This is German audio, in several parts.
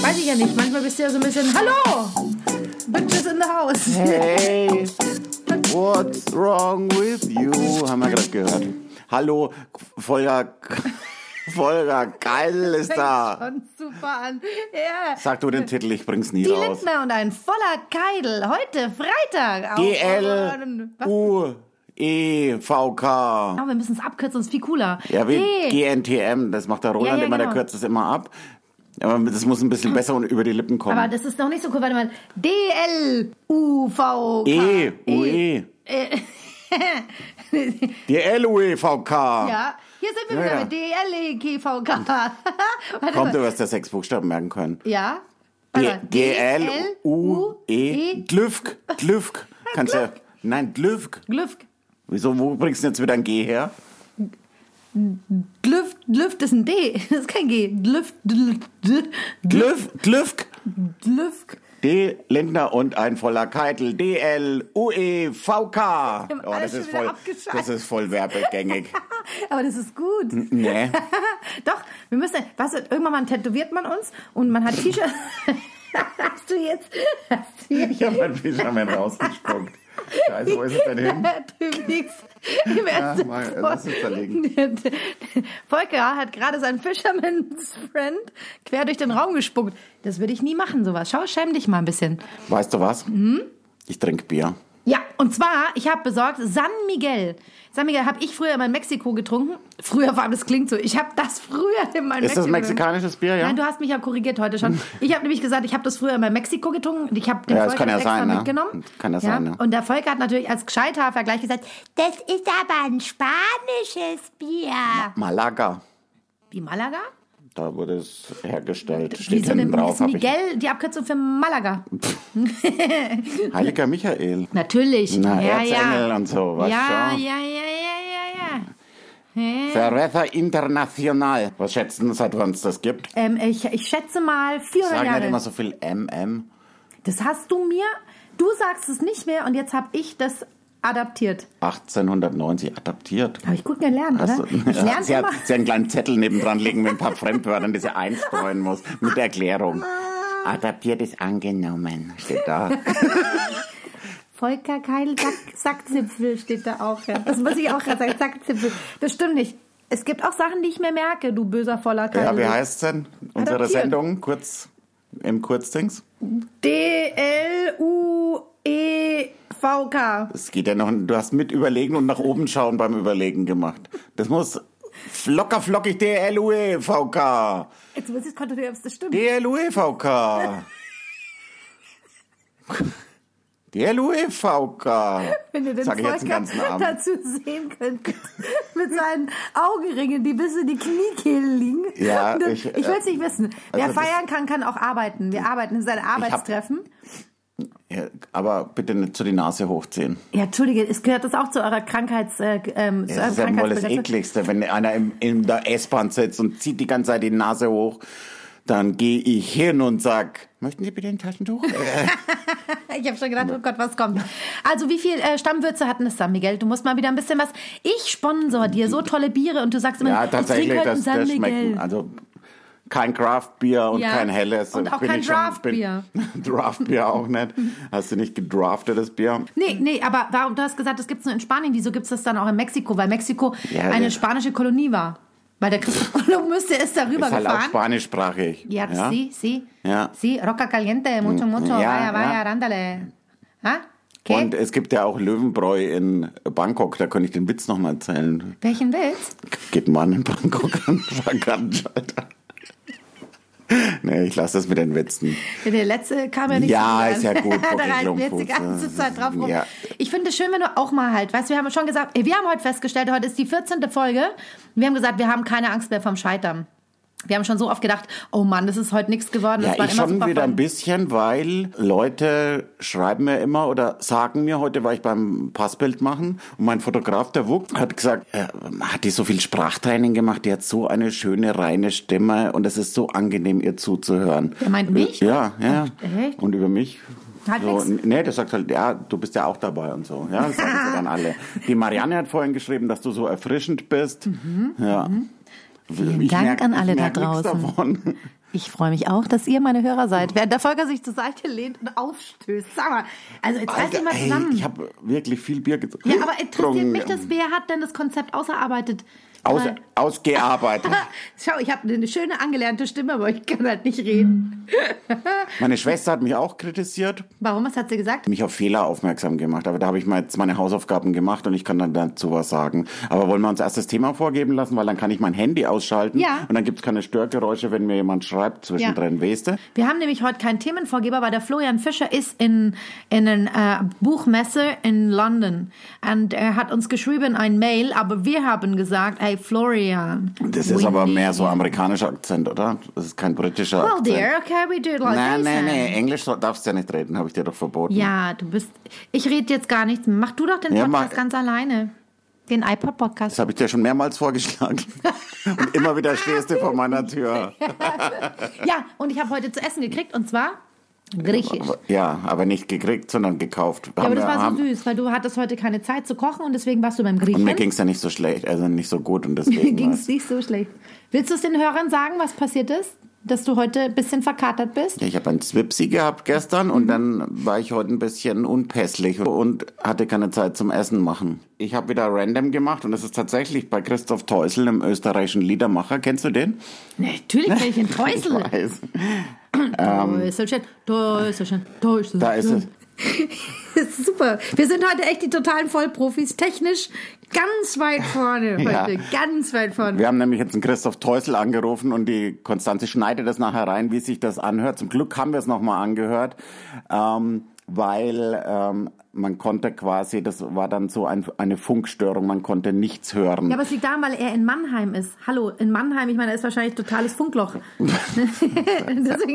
Weiß ich ja nicht. Manchmal bist du ja so ein bisschen, hallo, Bitches in the house. Hey, what's wrong with you? Haben wir gerade gehört. Hallo, Volker, Volker Geil ist da. Fängt schon super an. Ja. Sag du den Titel, ich bring's nie Die raus. Lindner und ein voller Keidel. Heute Freitag. auf euren- Was? G-L-U-E-V-K. Oh, wir müssen es abkürzen, ist viel cooler. E Ja, wie Hey. GNTM, das macht der Roland E ja, immer, genau. der kürzt es immer ab. Aber das muss ein bisschen besser und über die Lippen kommen. Aber das ist noch nicht so cool. Warte mal. D-L-U-V-K. E, UE. E. E G-L-U-E-V-K. Ja, hier sind wir Ja, wieder ja. mit E D-L-E-G-V-K. Warte Komm, mal. du wirst ja sechs Buchstaben merken können. Ja. G- E Warte. E G-L-U-E. Glüfk, Glüfk. Kannst ja. Nein, Glüfk. Glüft. Wieso, wo bringst du denn jetzt wieder ein G her? Glüft, Glüft ist ein D. Das ist kein G. Glüft, Glüft, Glüf, Glüfk. Glüft. D. Lindner und ein voller Keitel. D. L. U. E. V. K. haben Oh, alles schon das ist wieder voll, abgeschaltet. das ist voll werbegängig. Aber das ist gut. nee. Doch, wir müssen, was, irgendwann mal tätowiert man uns und man hat T-Shirts. Hast du jetzt? Hast du jetzt? Ich halt habe mein Pyjaman rausgespuckt. Scheiße, wo ist es denn hin? Du liegst im ersten mal, also Vor- lass uns da Volker hat gerade seinen Fisherman's Friend quer durch den Raum gespuckt. Das würde ich nie machen, sowas. Schau, schäm dich mal ein bisschen. Weißt du was? Hm? Ich trinke Bier. Ja, und zwar, ich habe besorgt San Miguel. San Miguel habe ich früher immer in Mexiko getrunken. Früher war das klingt so. Ich habe das früher in meinem Ist das Mexiko. mexikanisches Bier, ja? Nein, du hast mich ja korrigiert heute schon. Ich habe nämlich gesagt, ich habe das früher immer in Mexiko getrunken und ich habe den Ja, das Volker kann ja extra sein, ne? mitgenommen. Kann das sein, ne? Und der Volker hat natürlich als gescheiter Vergleich gesagt, Das ist aber ein spanisches Bier. Malaga. wie Malaga? Da wurde es hergestellt. Wie Steht so eine hinten drauf. ist Hab ich. Miguel, die Abkürzung für Malaga. Heiliger Michael. Natürlich. Na, ja, Erzengel ja. und so. Weißt Ja, ja, schon. ja, ja, ja, ja. Verräter International. Was schätzen Sie, seit wann es das gibt? Ähm, ich, ich schätze mal 400 Sagen nicht Jahre. immer so viel MM. Das hast du mir, du sagst es nicht mehr und jetzt habe ich das adaptiert. 1890 adaptiert. Habe ich gut gelernt, oder? Also, Ich lerne sie, hat, immer. sie hat einen kleinen Zettel nebendran liegen mit ein paar Fremdwörtern, die sie einstreuen muss, mit Erklärung. Ah. Adaptiert ist angenommen, steht da. Volker Keil, Sack, Sackzipfel steht da auch. Ja. Das muss ich auch gerade sagen, Sackzipfel. Das stimmt nicht. Es gibt auch Sachen, die ich mir merke, du böser voller Keil. Ja, wie heißt denn unsere Adaptiert. Sendung? Kurz im Kurzdings? E D-L-U-E-V-K. Es geht ja noch, du hast mit Überlegen und nach oben schauen beim Überlegen gemacht. Das muss locker flockig DLUE VK. Jetzt muss ich kontrollieren, ob es das stimmt. DLUE VK. DLUE VK. Wenn ihr den Sag ich jetzt Volker den ganzen Abend. dazu sehen könnt, mit seinen Augenringen, die bis in die Kniekehle liegen. Ja, Und das- ich, ich äh, will es nicht wissen. Wer also das- feiern kann, kann auch arbeiten. Wir arbeiten in seinem Arbeitstreffen. Ja, aber bitte nicht zu die Nase hochziehen. Ja, Entschuldige, es gehört das auch zu eurer Krankheits... Äh, ähm, zu Das ist ja eurem wohl das Krankheitsbegriff? Ekligste, wenn einer im, in der S-Bahn sitzt und zieht die ganze Zeit die Nase hoch. Dann gehe ich hin und sag, möchten Sie bitte ein Taschentuch? Ich habe schon gedacht, oh Gott, was kommt. Also wie viel äh, Stammwürze hatten es San Miguel? Du musst mal wieder ein bisschen was... Ich sponsor dir so tolle Biere und du sagst immer, ja, ich trinke tatsächlich, heute ein das, San das Miguel. schmeckt. Also kein Craft-Bier und Ja. kein helles. Und auch Bin kein ich schon- Draft-Bier. bin- Draft-Bier auch nicht. Hast du nicht gedraftetes Bier? Nee, nee, aber warum, du hast gesagt, das gibt es nur in Spanien. Wieso gibt es das dann auch in Mexiko? Weil Mexiko Ja, eine ja. spanische Kolonie war. Weil der Christoph Kolumbus, der ist darüber Ist halt auch gefahren. spanischsprachig. ja, sí, sí. Ja. Sí, roca caliente, mucho, mucho. Ja, vaya, vaya, Ah? ja. rándale. Ha? Okay. Und es gibt ja auch Löwenbräu in Bangkok. Da könnte ich den Witz nochmal erzählen. Welchen Witz? Geht mal in Bangkok an den Verkanntenschalter. Nee, ich lasse das mit den Witzen. Der letzte kam ja nicht Ja, so ist ja gut, da Bocky reiten wir jetzt die Klumpfuß, ganze ja. Zeit drauf rum. Ja. Ich finde es schön, wenn du auch mal halt, weißt du, wir haben schon gesagt, wir haben heute festgestellt, heute ist die 14. Folge. Wir haben gesagt, wir haben keine Angst mehr vom Scheitern. Wir haben schon so oft gedacht, oh Mann, das ist heute nichts geworden. Ja, das waren ich immer schon super wieder Folgen. ein bisschen, weil Leute schreiben mir immer oder sagen mir, heute war ich beim Passbild machen und mein Fotograf, der Wuck, hat gesagt, äh, hat die so viel Sprachtraining gemacht, die hat so eine schöne, reine Stimme und es ist so angenehm, ihr zuzuhören. Er meint mich? Ja, ja. Echt? Und über mich? Hat so, nix. n- nee, der sagt halt, ja, du bist ja auch dabei und so. Ja, das sagen sie dann alle. Die Marianne hat vorhin geschrieben, dass du so Mhm, erfrischend bist. Ja. Vielen Dank an alle da draußen. Davon. Ich freue mich auch, dass ihr meine Hörer seid. Während der Volker sich zur Seite lehnt und aufstößt. Sag mal, also jetzt reiß dich mal ey, zusammen. ich habe wirklich viel Bier getrunken. Ähm, ja, aber interessiert mich das, wer hat denn das Konzept ausgearbeitet? Aus, Weil- ausgearbeitet. Schau, ich habe eine schöne angelernte Stimme, aber ich kann halt nicht reden. Meine Schwester hat mich auch kritisiert, Warum? Was hat sie gesagt? mich auf Fehler aufmerksam gemacht. Aber da habe ich mal jetzt meine Hausaufgaben gemacht und ich kann dann dazu was sagen. Aber wollen wir uns erst das Thema vorgeben lassen, weil dann kann ich mein Handy ausschalten Ja. und dann gibt es keine Störgeräusche, wenn mir jemand schreibt zwischendrin, weißt du? Wir haben nämlich heute keinen Themenvorgeber, weil der Florian Fischer ist in, in einer äh, Buchmesse in London. Und er hat uns geschrieben ein Mail, aber wir haben gesagt, hey Florian. Das ist we aber need- mehr so amerikanischer Akzent, oder? Das ist kein britischer Well Akzent. dear, okay, we do it like Nein, this. then. nein, nein, Englisch so- darfst du ja nicht reden, habe ich dir doch verboten. Ja, du bist. Ich rede jetzt gar nichts. mehr. Mach du doch den Ja, Podcast mach- ganz alleine. Den iPod-Podcast. Das habe ich dir schon mehrmals vorgeschlagen. Und immer wieder stehst du vor meiner Tür. Ja, und ich habe heute zu essen gekriegt und zwar griechisch. Ja, aber nicht gekriegt, sondern gekauft. Ja, aber Haben das wir- war so haben- süß, weil du hattest heute keine Zeit zu kochen und deswegen warst du beim Und mir Griechen. ging es ja nicht so schlecht, also nicht so gut und Mir deswegen. ging war's- es nicht so schlecht. Willst du es den Hörern sagen, was passiert ist? Dass du heute ein bisschen verkatert bist? ja, ich habe einen Zwipsi gehabt gestern Mhm. und dann war ich heute ein bisschen unpässlich und hatte keine Zeit zum Essen machen. Ich habe wieder random gemacht und es ist tatsächlich bei Christoph Teusel, einem österreichischen Liedermacher. Kennst du den? Natürlich bin ich in Teusel. Weiß. Teuselchen, Teuselchen, Teuselchen. Da ist es. Das ist super. Wir sind heute echt die totalen Vollprofis. Technisch ganz weit vorne Ja. heute. Ganz weit vorne. Wir haben nämlich jetzt einen Christoph Teusel angerufen und die Konstanze schneidet das nachher rein, wie sich das anhört. Zum Glück haben wir es nochmal angehört, ähm, weil ähm, man konnte quasi, das war dann so ein, eine Funkstörung, man konnte nichts hören. Ja, aber es liegt daran, weil er in Mannheim ist. Hallo, in Mannheim, ich meine, da ist wahrscheinlich totales Funkloch. Deswegen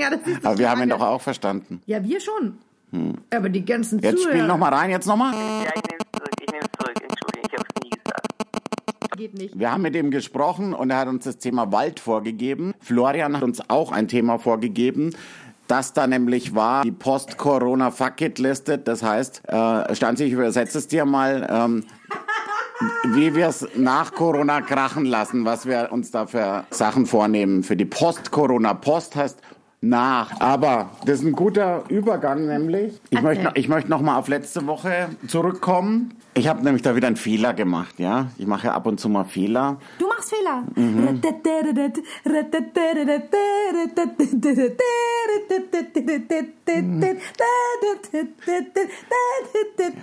hat er sich Aber wir haben ihn geärgert. doch auch verstanden. Ja, wir schon. Aber die ganzen Jetzt Zuhörer. spiel nochmal rein, jetzt nochmal. Ja, ich nehme es zurück, ich nehme es zurück. Entschuldigung, ich habe es nie gesagt. Geht nicht. Wir haben mit ihm gesprochen und er hat uns das Thema Wald vorgegeben. Florian hat uns auch ein Thema vorgegeben. Das da nämlich war die Post-Corona-Fuck-It-Liste. Das heißt, äh, Stanzi, ich übersetze es dir mal, ähm, wie wir es nach Corona krachen lassen, was wir uns da für Sachen vornehmen. Für die Post-Corona. Post heißt nach. Aber das ist ein guter Übergang nämlich. Ich möchte, noch- ich möchte noch mal auf letzte Woche zurückkommen. Ich habe nämlich da wieder einen Fehler gemacht, ja. Ich mache ja ab und zu mal Fehler. Du machst Fehler. Mhm.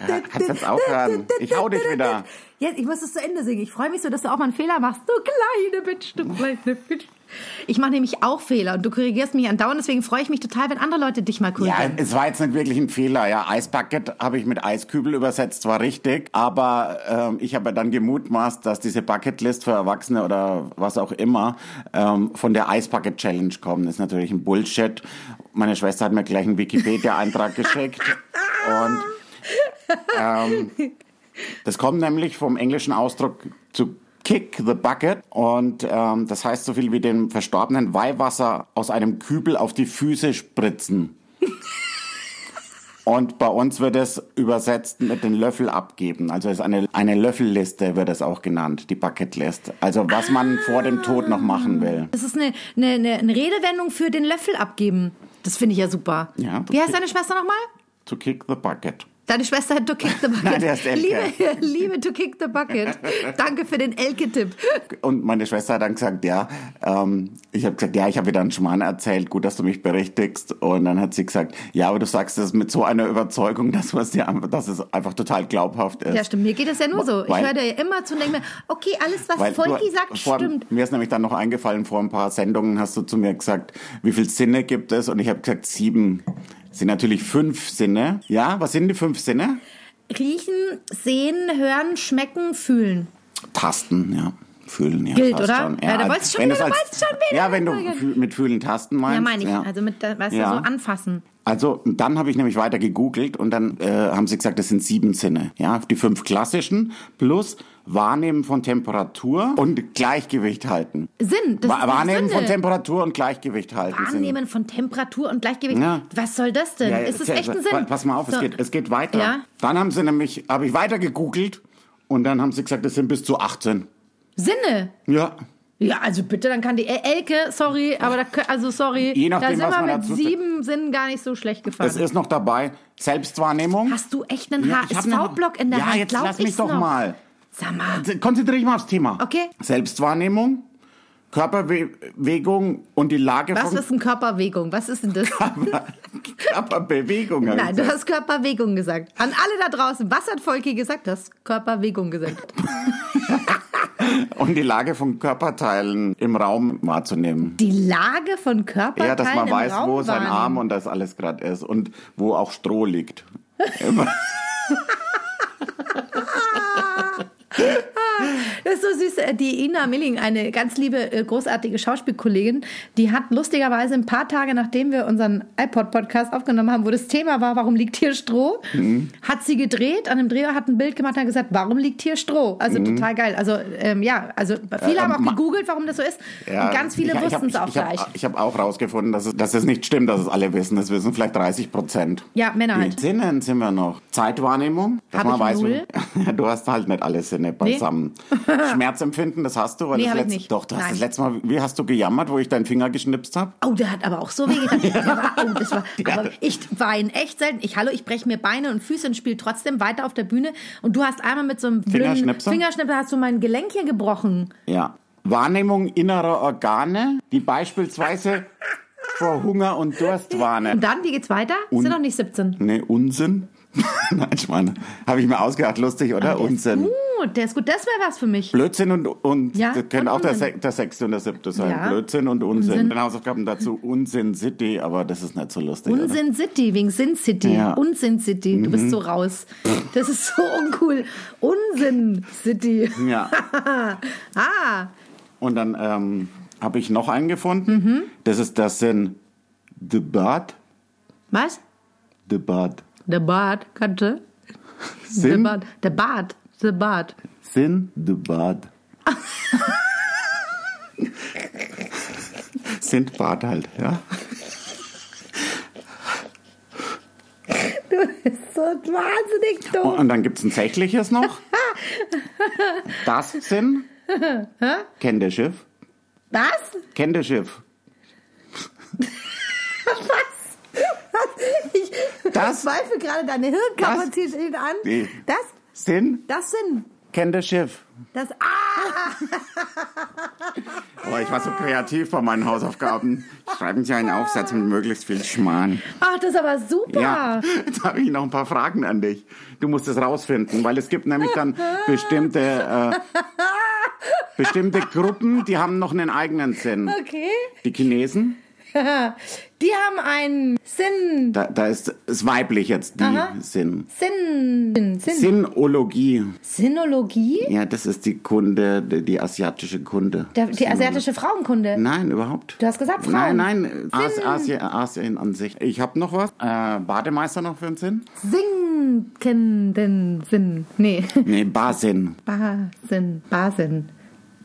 Ja, kannst jetzt aufhören. Ich hau dich wieder. Jetzt, ich muss es zu Ende singen. Ich freue mich so, dass du auch mal einen Fehler machst. Du kleine Bitch, du kleine Bitch. Ich mache nämlich auch Fehler und du korrigierst mich andauernd. Deswegen freue ich mich total, wenn andere Leute dich mal Ja, korrigieren. es war jetzt nicht wirklich ein Fehler. Ja, Eisbucket habe ich mit Eiskübel übersetzt, war richtig. Aber ähm, ich habe ja dann gemutmaßt, dass diese Bucketlist für Erwachsene oder was auch immer ähm, von der Eisbucket Challenge kommen. Das ist natürlich ein Bullshit. Meine Schwester hat mir gleich einen Wikipedia-Eintrag geschickt. Und das kommt nämlich vom englischen Ausdruck zu kick the bucket und ähm, das heißt so viel wie dem verstorbenen Weihwasser aus einem Kübel auf die Füße spritzen. Und bei uns wird es übersetzt mit den Löffel abgeben. Also ist eine, eine Löffelliste wird es auch genannt, die Bucketlist. Also was man vor dem Tod noch machen will. Das ist eine, eine, eine, eine Redewendung für den Löffel abgeben. Das finde ich ja super. Ja, Wie heißt okay. deine Schwester nochmal? To kick the bucket. Deine Schwester hat To Kick the Bucket. Nein, der ist Elke. liebe, liebe To Kick the Bucket. Danke für den Elke-Tipp. Und meine Schwester hat dann gesagt, ja, ähm, ich habe gesagt, ja, ich habe wieder einen Schmarrn erzählt, gut, dass du mich berichtigst. Und dann hat sie gesagt, ja, aber du sagst es mit so einer Überzeugung, dass, was dir, einfach- dass es einfach total glaubhaft ist. Ja, stimmt. Mir geht das ja nur so. Ich Weil- höre da ja immer zu und denke mir, okay, alles, was Weil du- Volki sagt, vor, stimmt. Mir ist nämlich dann noch eingefallen, vor ein paar Sendungen hast du zu mir gesagt, wie viele Sinne gibt es? Und ich habe gesagt, sieben. Es Sind natürlich fünf Sinne. Ja, was sind die fünf Sinne? Riechen, sehen, hören, schmecken, fühlen. Tasten, ja. Fühlen, ja. Gilt, fast oder? Schon. Ja, da wolltest du schon wenn du's wieder, als- wolltest schon wieder. Ja, wenn du Oh mein Gott. fü- mit Fühlen Tasten meinst. Ja, meine ich. Also mit, der- weißt Ja. du, so anfassen. Also dann habe ich nämlich weiter gegoogelt und dann äh, haben sie gesagt, das sind sieben Sinne. Ja, die fünf klassischen plus Wahrnehmen von Temperatur und Gleichgewicht halten. Sinn. Das Wa- ist eine Wahrnehmen von Sünde. Temperatur und Gleichgewicht halten. sind- Wahrnehmen von Temperatur und Gleichgewicht. Ja. Was soll das denn? Ja, ist das ja, echt ein pa- Sinn? Pass mal auf, So. es, geht, es geht weiter. Ja. Dann haben sie nämlich, habe ich weiter gegoogelt und dann haben sie gesagt, das sind bis zu 18. Sinne. Ja. Ja, also bitte, dann kann die El- Elke, sorry, aber da, kö- also sorry, Je nachdem, da was sind man wir mit dazu sagt. sieben Sinnen gar nicht so schlecht gefahren. Es ist noch dabei. Selbstwahrnehmung. Hast du echt einen Ja, ich hab eine- HSV-Block in der ja, Hand? jetzt Glaub lass mich ich's doch noch? mal. Sag mal, Konzentriere dich mal aufs Thema. Okay. Selbstwahrnehmung, Körperbewegung und die Lage was von ist denn Körperbewegung? Was ist denn das? Körper, Körperbewegung. hab ich Nein, du hast Körperbewegung gesagt. An alle da draußen, was hat Volki gesagt? Du hast Körperbewegung gesagt. gesagt. Und die Lage von Körperteilen im Raum wahrzunehmen. Die Lage von Körperteilen Ja, dass man im weiß, Raum wo sein wahrnehmen. Arm und das alles gerade ist und wo auch Stroh liegt. Das ist so süß. Äh, Die Ina Milling, eine ganz liebe, äh, großartige Schauspielkollegin, die hat lustigerweise ein paar Tage, nachdem wir unseren iPod-Podcast aufgenommen haben, wo das Thema war, warum liegt hier Stroh, Mhm. hat sie gedreht, an dem Dreher hat ein Bild gemacht und hat gesagt, warum liegt hier Stroh? Also total geil. Also ähm, ja, also viele Mhm. Äh, haben auch ma- gegoogelt, warum das so ist. Ja, und ganz viele ich- ich hab- wussten es auch ich hab- äh, gleich. Ich habe auch rausgefunden, dass es, dass es nicht stimmt, dass es alle wissen. Das wissen vielleicht 30 Prozent. Ja, Männer Die halt. Sinnen sind wir noch. Zeitwahrnehmung. dass Hab man ich wo- du hast halt nicht alle Sinne beisammen. Schmerzempfinden, das hast du. Weil Nee, das hab ich letzte- nicht. Doch, du hast Nein. das letzte Mal, wie hast du gejammert, wo ich deinen Finger geschnipst habe? Oh, der hat aber auch so weh getan. Der war, oh, das war, Ja. aber ich weine echt selten. Ich, hallo, ich breche mir Beine und Füße und spiele trotzdem weiter auf der Bühne. Und du hast einmal mit so einem blöden Fingerschnipser? Fingerschnipser hast du mein Gelenk hier gebrochen. Ja. Wahrnehmung innerer Organe, die beispielsweise vor Hunger und Durst warnen. Und dann, wie geht's weiter? Sind noch nicht 17. Ne, Unsinn? Nein, ich meine, habe ich mir ausgedacht, lustig, oder? Der ist Unsinn. Gut, Oh, der ist gut. Das wäre was für mich. Blödsinn und, und Ja, das können und auch der, Unsinn. Sek der sechste und der siebte sein. Ja. Blödsinn und Unsinn. Unsinn. Dann Hausaufgaben dazu Unsinn City, aber das ist nicht so lustig. Oder? Unsinn City, wegen Sin City. Ja. Mhm. Unsinn City. Du bist so raus. Das ist so uncool. Unsinn City. Ja. ah, Und dann ähm, habe ich noch einen gefunden. Mhm. Das ist das Sinn The Bad. was? The Bad. Der Bart, kannte? Der Sinn, Bart. Der Bart. Der Bart. Sinn The Bad. Sind Bad halt, ja. Du bist so wahnsinnig dumm. Und dann gibt es ein sächliches noch. Das Sinn. Kennt ihr Schiff? Was? Kennt ihr Schiff? Was? Ich Das- zweifle gerade deine Hirnkapazität an. Nee. Das, Sinn das sind, kennt das Schiff. das, ah! Oh, ich war so kreativ bei meinen Hausaufgaben. Schreiben Sie einen Aufsatz mit möglichst viel Schmarrn. Ach, das ist aber super. Ja, jetzt habe ich noch ein paar Fragen an dich. Du musst es rausfinden, weil es gibt nämlich dann bestimmte, äh, bestimmte Gruppen, die haben noch einen eigenen Sinn. Okay. Die Chinesen, Die haben einen Sinn, da, da ist es weiblich jetzt die Aha. Sinn. Sinn, Sinn, Sinn. Sinnologie. Sinnologie? Ja, das ist die Kunde, die, die asiatische Kunde. Der, die asiatische Frauenkunde. Nein, überhaupt. Du hast gesagt Frauen. Nein, nein, As Asien, Asien an sich. Ich habe noch was. Äh, Bademeister noch für einen Sinn? Sinkenden Sinn. Nee. Nee, Basin. Basin, Basin.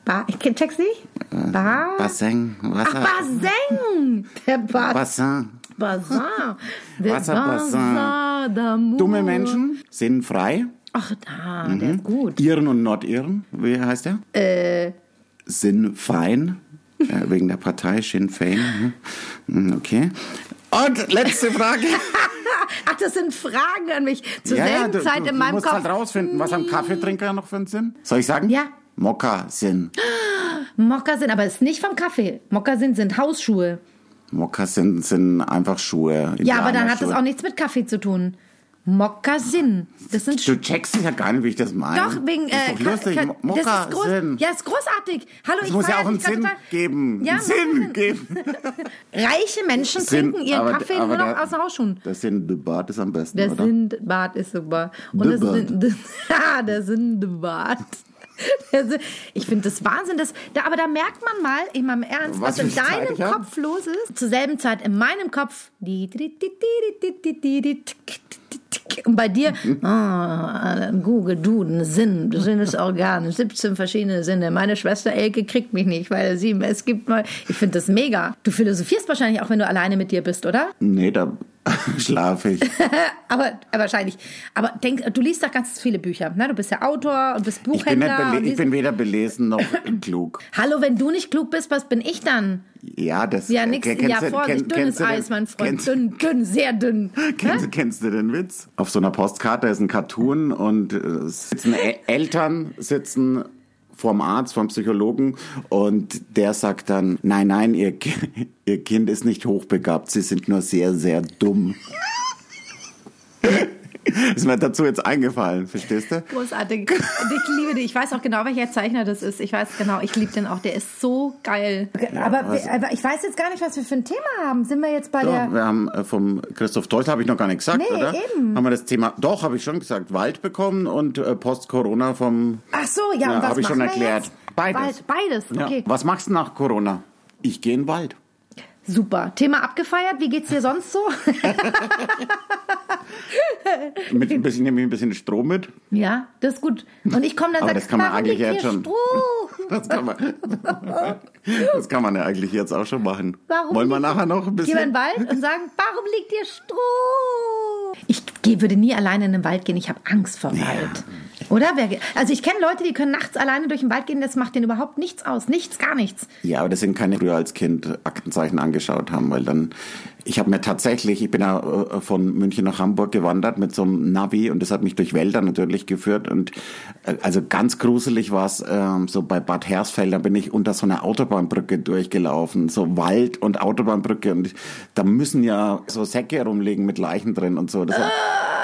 Ba, ich check's nicht. Äh, Ba, Bassin. Wasser. Baseng. Der Ah. Bas Bassin. Bazar. Der Wasserbazar. Bazar d'amour. Dumme Menschen, Mhm. sinnfrei. Ach, da, der ist gut. Irren und Nordirren, wie heißt der? Äh. Sinnfein. Äh, wegen der Partei Sinn Fein. Hm. Hm, Okay. Und letzte Frage. Ach, das sind Fragen an mich. Zur selben du, Zeit du, in meinem du musst Kopf. halt rausfinden, was haben Kaffeetrinker noch für einen Sinn? Soll ich sagen? Ja. Mokka-Sinn. Mokka sind, aber es ist nicht vom Kaffee. Mokka sind, sind Hausschuhe. Mokka-Sinn sind einfach Schuhe. Ja, aber dann hat das Indianerschuhe. auch nichts mit Kaffee zu tun. Mokka sind. Das sind Schuhe. Du checkst es ja gar nicht, wie ich das meine. Doch, wegen. äh, Das ist doch Ka- lustig. Ka- Mo- das ist groß, Mokka-Sinn. Ja, ist großartig. Hallo, Es ich muss ja feier auch einen dich gerade Sinn total. geben. Ja, Einen Sinn Mokka-Sinn. geben. Reiche Menschen trinken ihren aber- Kaffee aber nur noch der- aus den Hausschuhen. Der Sinn de Bart ist am besten, Der oder? Sindbad ist super. Und der, Bad. Sind, Ah, der Sindbad. Der Sind- Ich finde das Wahnsinn. Das, da, aber da merkt man mal, ich meine im Ernst, was, Was in für Zeit deinem ich hab. Kopf los ist. Zur selben Zeit in meinem Kopf. Di- di- di- di- di- di- di- di- tick, tick, tick. Und bei dir, ah, Google, Duden, Sinn, Sinnesorgan, 17 verschiedene Sinne. Meine Schwester Elke kriegt mich nicht, weil sie, es gibt mal, ich finde das mega. Du philosophierst wahrscheinlich auch, wenn du alleine mit dir bist, oder? Nee, da Schlafig. Aber äh, wahrscheinlich. Aber denk, du liest doch ganz viele Bücher. Ne? Du bist ja Autor und bist Ich bin, nicht Buchhändler. und bele- ich liest- bin weder belesen noch klug. Hallo, wenn du nicht klug bist, was bin ich dann? Ja, das Ja, nix. äh, kennst Ja, du- Vorsicht, kenn- kennst dünnes du den- Eis, mein Freund. Kennst, Dünn, dünn, sehr dünn. kennst, kennst du den Witz? Auf so einer Postkarte ist ein Cartoon und äh, sitzen Ä- Eltern sitzen vorm Arzt, vom Psychologen und der sagt dann, nein, nein, ihr, Ki- ihr Kind ist nicht hochbegabt, sie sind nur sehr, sehr dumm. ist mir dazu jetzt eingefallen, verstehst du? Großartig. Und ich liebe den. Ich weiß auch genau, welcher Zeichner das ist. Ich weiß genau, ich liebe den auch. Der ist so geil. aber, was- aber ich weiß jetzt gar nicht, was wir für ein Thema haben. Sind wir jetzt bei also- Doch, der. wir haben äh, vom Christoph Teusler, habe ich noch gar nicht gesagt, Nee, oder? eben. Haben wir das Thema, doch, habe ich schon gesagt, Wald bekommen und äh, Post-Corona vom... Ach so, ja, und was habe ich schon machen wir erklärt. Jetzt? Beides. Beides, Ja. okay. Was machst du nach Corona? Ich gehe in den Wald. Super. Thema abgefeiert. Wie geht's dir sonst so? Mit ein bisschen, nehme ich ein bisschen Strom mit. ja, das ist gut. Und ich komme dann Aber sag, das kann man warum eigentlich liegt jetzt hier schon. Stroh? Das kann man, das kann man ja eigentlich jetzt auch schon machen. Warum Wollen wir nicht? nachher noch ein Gehen wir in den bisschen? Wald und sagen, warum liegt hier Stroh? Ich geh, würde nie alleine in den Wald gehen. Ich habe Angst vor Wald. Oder? Wer, ge- also ich kenne Leute, die können nachts alleine durch den Wald gehen. Das macht denen überhaupt nichts aus. Nichts, gar nichts. Ja, aber das sind keine, die früher als Kind Aktenzeichen angeschaut haben, weil dann, ich habe mir tatsächlich, ich bin ja äh, von München nach Hamburg gewandert mit so einem Navi und das hat mich durch Wälder natürlich geführt und äh, also ganz gruselig war es ähm, so bei Bad Hersfeld, da bin ich unter so einer Autobahnbrücke durchgelaufen, so Wald und Autobahnbrücke und da müssen ja so Säcke rumliegen mit Leichen drin und so. Das, war-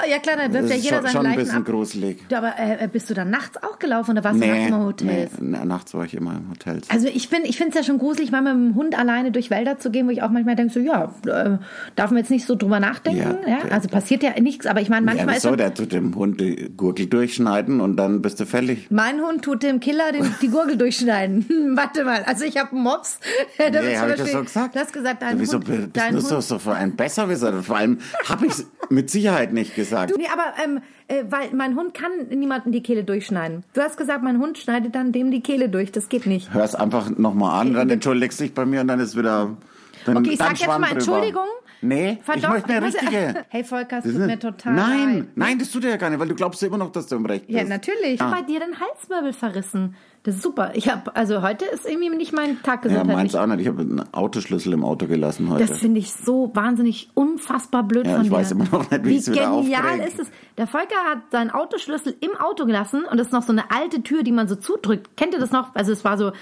Ah, ja klar, dann wirft das ja ist jeder schon, seine schon ein Leichen bisschen ab. gruselig. Du, Aber äh, bist du dann nachts auch gelaufen oder warst du nachts Nee, im Hotel? nee, na- nachts war ich immer im Hotel. Also ich bin, ich finde es ja schon gruselig, mal mit dem Hund alleine durch Wälder zu gehen, wo ich auch manchmal denke, so ja, äh, darf man jetzt nicht so drüber nachdenken. Ja, Ja, okay. Also passiert ja nichts, aber ich meine, ja, manchmal ist wieso? schon, Der tut dem Hund die Gurgel durchschneiden und dann bist du fällig. mein Hund tut dem Killer den, die Gurgel durchschneiden. Hm, Warte mal, also ich habe einen Mops. Damit Nee, zum habe ich das Beispiel- so gesagt? Du hast gesagt, dein Wieso Hund, bist dein du Hund so, so für ein Besserwisser? Vor allem habe ich mit Sicherheit nicht gesagt. Du, nee, aber ähm, äh, weil mein Hund kann niemanden die Kehle durchschneiden. Du hast gesagt, mein Hund schneidet dann dem die Kehle durch. Das geht nicht. Hör's einfach nochmal an, dann entschuldigst dich bei mir und dann ist wieder. Dann, Äh, Okay, ich dann sag jetzt Schwamm mal drüber. Entschuldigung. Nee, ich Verdammt, möchte eine ich muss- richtige. Hey, Volker, es Das tut ist- mir total Nein, leid. nein, das tut er ja gar nicht, weil du glaubst ja immer noch, dass du im Recht bist. Ja, natürlich. Ah. Bei dir den Halswirbel verrissen. Das ist super. Ich habe also heute ist irgendwie nicht mein Tag Ja, gesundheitlich. meins auch nicht. Ich habe einen Autoschlüssel im Auto gelassen heute. das finde ich so wahnsinnig unfassbar blöd Ja, von ich dir. weiß immer noch nicht, wie ich's wieder genial aufkrieg. ist es? Der Volker hat seinen Autoschlüssel im Auto gelassen und das ist noch so eine alte Tür, die man so zudrückt. Kennt ihr das noch? Also es war so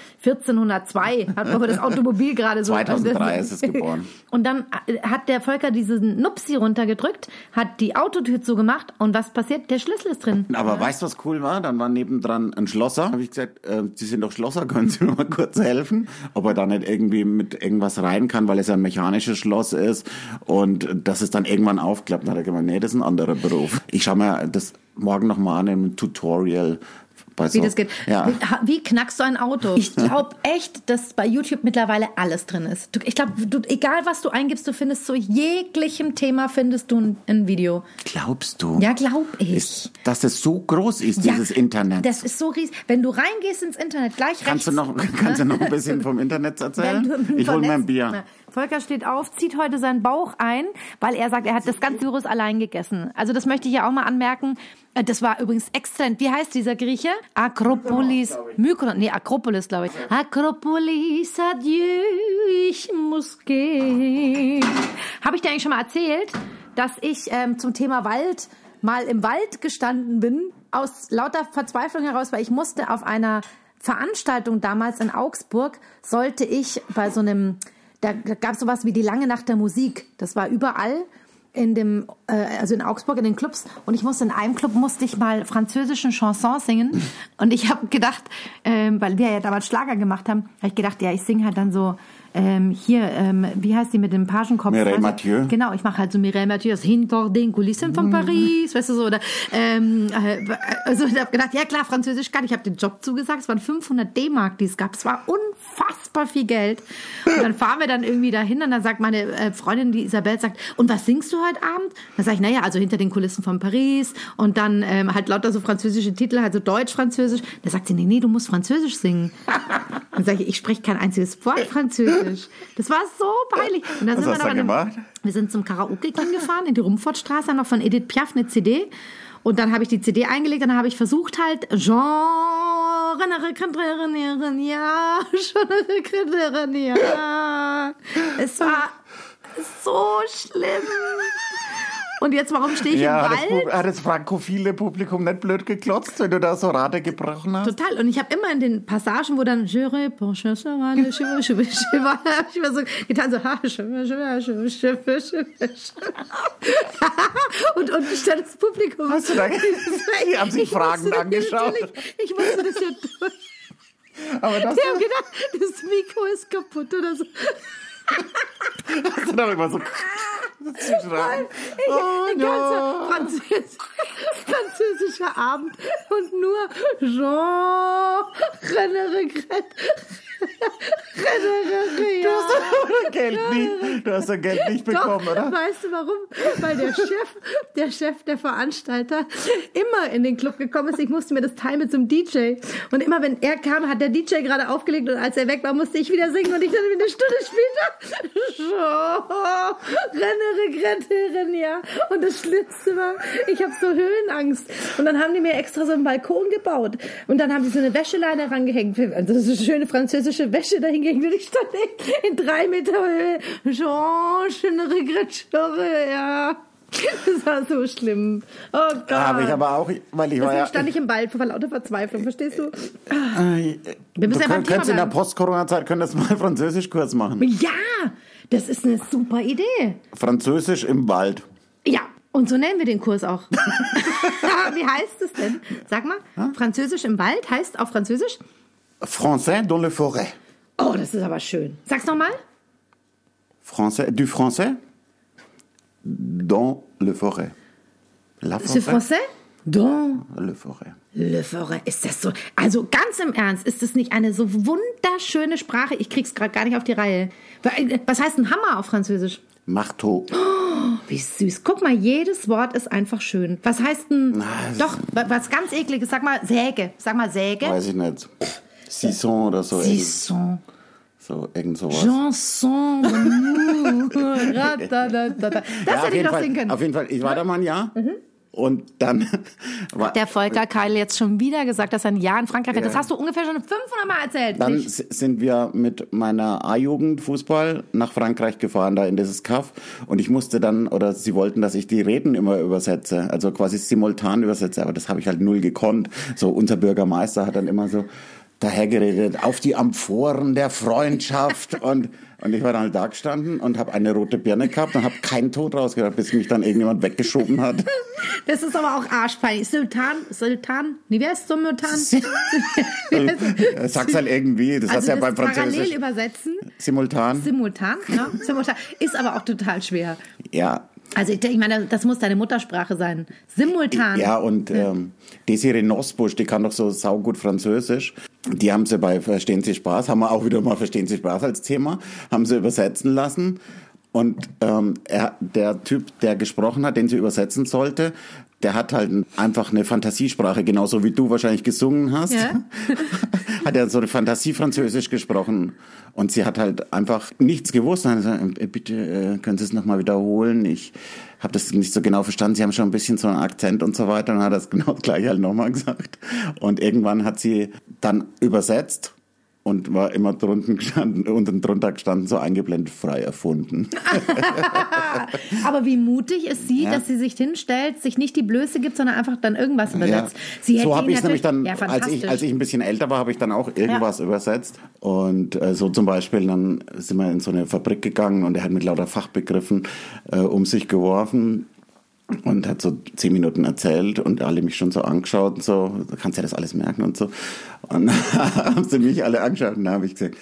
1402, hat man das Automobil gerade so. 2003 ist es geboren. Und dann äh, hat der Volker diesen Nupsi runtergedrückt, hat die Autotür zugemacht und was passiert? Der Schlüssel ist drin. Aber weißt du, was cool war? Dann war nebendran ein Schlosser. Habe ich gesagt, äh, Sie sind doch Schlosser, können Sie mir mal kurz helfen? Ob er da nicht irgendwie mit irgendwas rein kann, weil es ja ein mechanisches Schloss ist und dass es dann irgendwann aufklappt. Dann hat er gemeint, nee, das ist ein anderer Beruf. Ich schaue mir das morgen nochmal an im Tutorial. Bei wie so- das geht. Ja. Ha- Wie knackst du ein Auto? Ich glaube echt, dass bei YouTube mittlerweile alles drin ist. Du, ich glaube, du, egal was du eingibst, du findest zu jeglichem Thema findest du ein, ein Video. Glaubst du, Ja, glaube ich. ist, dass das so groß ist, ja, dieses Internet? Das ist so riesig. Wenn du reingehst ins Internet, gleich rechts. kannst, du noch, kannst du noch ein bisschen vom Internet Wenn erzählen? du im Ich hole mir ein Vernetz- Bier. Na, Volker steht auf, zieht heute seinen Bauch ein, weil er sagt, er hat das ganze Virus allein gegessen. Also das möchte ich ja auch mal anmerken. Äh, Das war übrigens exzellent. Wie heißt dieser Grieche? Akropolis. Mykron, nee, Akropolis, glaube ich. Akropolis, adieu, ich muss gehen. Habe ich dir eigentlich schon mal erzählt, dass ich ähm, zum Thema Wald mal im Wald gestanden bin, aus lauter Verzweiflung heraus, weil ich musste auf einer Veranstaltung damals in Augsburg, sollte ich bei so einem, da gab es sowas wie die lange Nacht der Musik. Das war überall in dem, äh, also in Augsburg in den Clubs. Und ich musste in einem Club musste ich mal französischen Chansons singen. Und ich habe gedacht, ähm, weil wir ja damals Schlager gemacht haben, habe ich gedacht, ja, ich singe halt dann so ähm, hier, ähm, wie heißt die mit dem Pagenkopf? Mireille Also- Mathieu. Genau, ich mache halt so Mireille Mathieu aus hinter den Kulissen von Paris, weißt du so, oder, ähm, äh, also ich habe gedacht, ja klar, Französisch kann ich, habe den Job zugesagt, es waren 500 D-Mark, die es gab, es war unfassbar unfassbar viel Geld. Und dann fahren wir dann irgendwie dahin und dann sagt meine äh, Freundin, die Isabel, sagt, und was singst du heute Abend? Dann sage ich, naja, also hinter den Kulissen von Paris und dann ähm, halt lauter so französische Titel, halt so deutsch-französisch. Da sagt sie, nee, nee, du musst französisch singen. Dann sage ich, ich spreche kein einziges Wort französisch. Das war so peinlich. Und dann Was sind hast wir du dann gemacht? wir sind zum Karaoke King gefahren in die Rumfortstraße noch von Edith Piaf eine CD und dann habe ich die CD eingelegt und dann habe ich versucht halt ne, Genre ne, ja Genre ja es war so schlimm und jetzt warum stehe ich Ja, im hat das, Wald Pub- hat das frankophile Publikum nicht blöd geklotzt, wenn du da so Rate gebrochen hast? Total. Und ich habe immer in den Passagen, wo dann je réponds, je serai, je serai, je serai, je serai, hab ich immer so getan, so ha, je serai, je serai, je serai, je serai, je serai. und und statt das Publikum. Hast du da- Die haben sich Ich musste fragend das angeschaut. natürlich- Ich musste das ja durch. Aber das Die haben gedacht, das Mikro ist kaputt oder so. hast du doch immer so. Oh, Voll. zuschreien. Ich, Oh, ein ganzer no. Französ französischer Abend und nur Jean Rennere Rennere Du hast doch Geld nicht, du hast doch Geld nicht bekommen, Doch, oder? Weißt du warum? Weil der Chef, der Chef, der Veranstalter, immer in den Club gekommen ist. Ich musste mir das teilen mit so einem DJ. Und immer wenn er kam, hat der DJ gerade aufgelegt und als er weg war, musste ich wieder singen und ich dann eine Stunde später renne, regrette, renne, ja. Und das Schlimmste war, ich habe so Höhenangst. Und dann haben die mir extra so einen Balkon gebaut. Und dann haben die so eine Wäscheleine rangehängt. Also so eine schöne französische Wäsche dahingehängt. Und ich stand echt in drei Meter Höhe. Jean, schöne Regrette, ja. Das war so schlimm. Oh Gott. Habe ich Ah, aber auch, weil ich war Deswegen ja. stand ich im Wald vor lauter Verzweiflung, verstehst du? Äh, Wir müssen ja beim du könnt, Thema könntest in der bleiben. Post-Corona-Zeit können das mal Französischkurs machen. Ja, das ist eine super Idee. Französisch im Wald. Ja, und so nennen wir den Kurs auch. Wie heißt es denn? Sag mal, Französisch im Wald heißt auf Französisch? Français dans le forêt. Oh, das ist aber schön. Sag's nochmal. Français, du français dans le forêt. La C'est forêt. français? Dans Le forêt. le forêt. Ist das so? Also ganz im Ernst, ist das nicht eine so wunderschöne Sprache? Ich krieg's gerade gar nicht auf die Reihe. äh, Was heißt ein Hammer auf Französisch? Oh, Marteau. Wie süß. Guck mal, jedes Wort ist einfach schön. Was heißt ein. das- Doch, wa- was ganz ekliges. Sag mal Säge. Sag mal Säge. Weiß ich nicht. Sisson oder so. irgend- Sisson. So, irgend sowas. Chanson d'amour. Ratatatatata. Das Ja, auf hätte ich jeden doch Fall, singen können. Auf Mhm. jeden Fall. Ich war da mal ein Jahr. Und dann war, Der Volker Keil jetzt schon wieder gesagt, dass er ein Jahr in Frankreich wird. Das Ja. hast du ungefähr schon 500 Mal erzählt. Dann Nicht? s- sind wir mit meiner A-Jugend Fußball nach Frankreich gefahren, da in dieses Kaff. Und ich musste dann, oder sie wollten, dass ich die Reden immer übersetze, also quasi simultan übersetze, aber das habe ich halt null gekonnt. So, unser Bürgermeister hat dann immer so dahergeredet, auf die Amphoren der Freundschaft. und, und ich war dann halt da gestanden und habe eine rote Birne gehabt und habe keinen Tod rausgedacht, bis mich dann irgendjemand weggeschoben hat. Das ist aber auch arschpeinlich. Sultan, Sultan, nee, wer ist Sultan? Sag's halt irgendwie, das hast Also du ja das beim parallel Französisch. übersetzen, Simultan. simultan, ja, simultan, ist aber auch total schwer. ja, Also ich, denk- ich meine, das muss deine Muttersprache sein. Simultan. Ja, und ähm, Desiree Nosbusch, die kann doch so saugut Französisch. Die haben sie bei Verstehen Sie Spaß, haben wir auch wieder mal Verstehen Sie Spaß als Thema, haben sie übersetzen lassen. Und ähm, er, der Typ, der gesprochen hat, den sie übersetzen sollte, der hat halt einfach eine Fantasiesprache, genauso wie du wahrscheinlich gesungen hast. Ja. hat er so eine Fantasie-Französisch gesprochen. Und sie hat halt einfach nichts gewusst. Und dann hat sie gesagt, "Äh, bitte, äh, können Sie es nochmal wiederholen? Ich habe das nicht so genau verstanden. Sie haben schon ein bisschen so einen Akzent und so weiter. Und hat das genau das gleiche halt nochmal gesagt. Und irgendwann hat sie dann übersetzt und war immer drunten gestanden, unten drunter gestanden, so eingeblendet, frei erfunden. Aber wie mutig ist sie, Ja. dass sie sich hinstellt, sich nicht die Blöße gibt, sondern einfach dann irgendwas übersetzt. Sie hätte so ihn habe ich es nämlich natürlich- dann, ja, als, ich, als fantastisch. ich ein bisschen älter war, habe ich dann auch irgendwas übersetzt. Und äh, so zum Beispiel, dann sind wir in so eine Fabrik gegangen und er hat mit lauter Fachbegriffen äh, um sich geworfen und hat so zehn Minuten erzählt und alle mich schon so angeschaut und so, du kannst ja das alles merken und so. Und haben sie mich alle angeschaut und dann habe ich gesagt,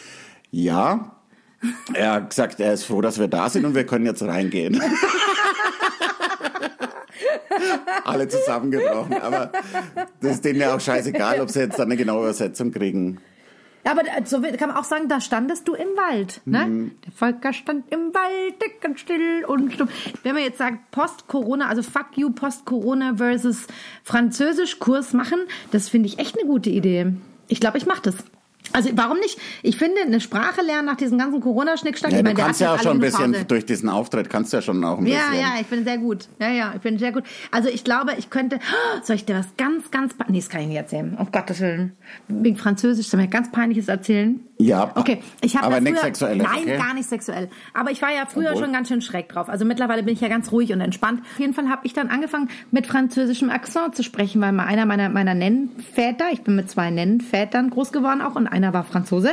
ja. Er hat gesagt, er ist froh, dass wir da sind und wir können jetzt reingehen. alle zusammengebrochen. Aber das ist denen ja auch scheißegal, ob sie jetzt dann eine genaue Übersetzung kriegen. Aber da- so kann man auch sagen, da standest du im Wald. Ne? Mhm. Der Volker stand im Wald, dick und still und stumm. Wenn man jetzt sagt, Post-Corona, also fuck you, Post-Corona versus Französisch-Kurs machen, das finde ich echt eine gute Idee. Ich glaube, ich mache das. Also warum nicht? Ich finde, eine Sprache lernen nach diesem ganzen Corona-Schnickschnack. Ja, ich du meine, der kannst hat ja alle schon ein eine bisschen Phase. durch diesen Auftritt kannst du ja schon auch ein Ja, bisschen. ja, ich bin sehr gut. Ja, ja, ich bin sehr gut. Also ich glaube, ich könnte. Soll ich dir was ganz, ganz. pe- Nee, das kann ich nicht erzählen. Um Gottes Willen. Wegen Französisch soll ich mir ganz peinliches erzählen. Ja, Okay, ich habe aber ja nichts früher- Sexuelles, Nein, okay? gar nicht sexuell. Aber ich war ja früher Obwohl. schon ganz schön schräg drauf. Also mittlerweile bin ich ja ganz ruhig und entspannt. Auf jeden Fall habe ich dann angefangen, mit französischem Akzent zu sprechen, weil mal einer meiner, meiner Nennväter, ich bin mit zwei Nennvätern groß geworden auch und einer war Franzose.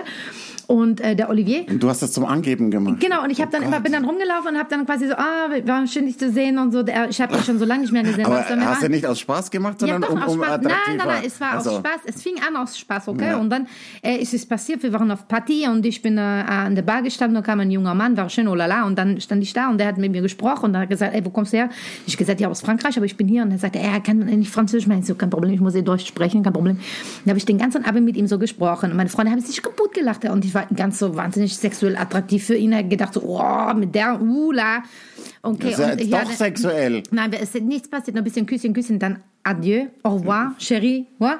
Und äh, der Olivier, Und du hast das zum Angeben gemacht. Oh Genau, und ich habe dann immer bin dann rumgelaufen und habe dann quasi so, ah, wir waren schön dich zu sehen und so. Der- Ich habe dich schon so lange nicht mehr gesehen. Aber Was sollen wir hast du machen? nicht aus Spaß gemacht, ja, sondern doch, um, aus um Spaß. Nein, attraktiver. nein, nein, es war also, aus Spaß. Es fing an aus Spaß, okay? Ja. Und dann äh, ist es passiert, wir waren auf Party und ich bin äh, an der Bar gestanden, da kam ein junger Mann, war schön, oh la la, und dann stand ich da und der hat mit mir gesprochen und hat gesagt, ey, wo kommst du her? Ich gesagt, ja, aus Frankreich, aber ich bin hier. Und er sagte, er kann nicht Französisch, mein so, kein Problem, ich muss hier Deutsch sprechen, kein Problem. Dann habe ich den ganzen Abend mit ihm so gesprochen und meine Freunde haben sich kaputt gelacht und ich war ganz so wahnsinnig sexuell attraktiv für ihn, Er hat gedacht so, oh, mit der, uh, la. Okay, Das ist ja und jetzt ja, doch dann- sexuell. Nein, es ist nichts passiert. Noch ein bisschen Küsschen, Küsschen, dann Adieu, au revoir, chérie. Wa?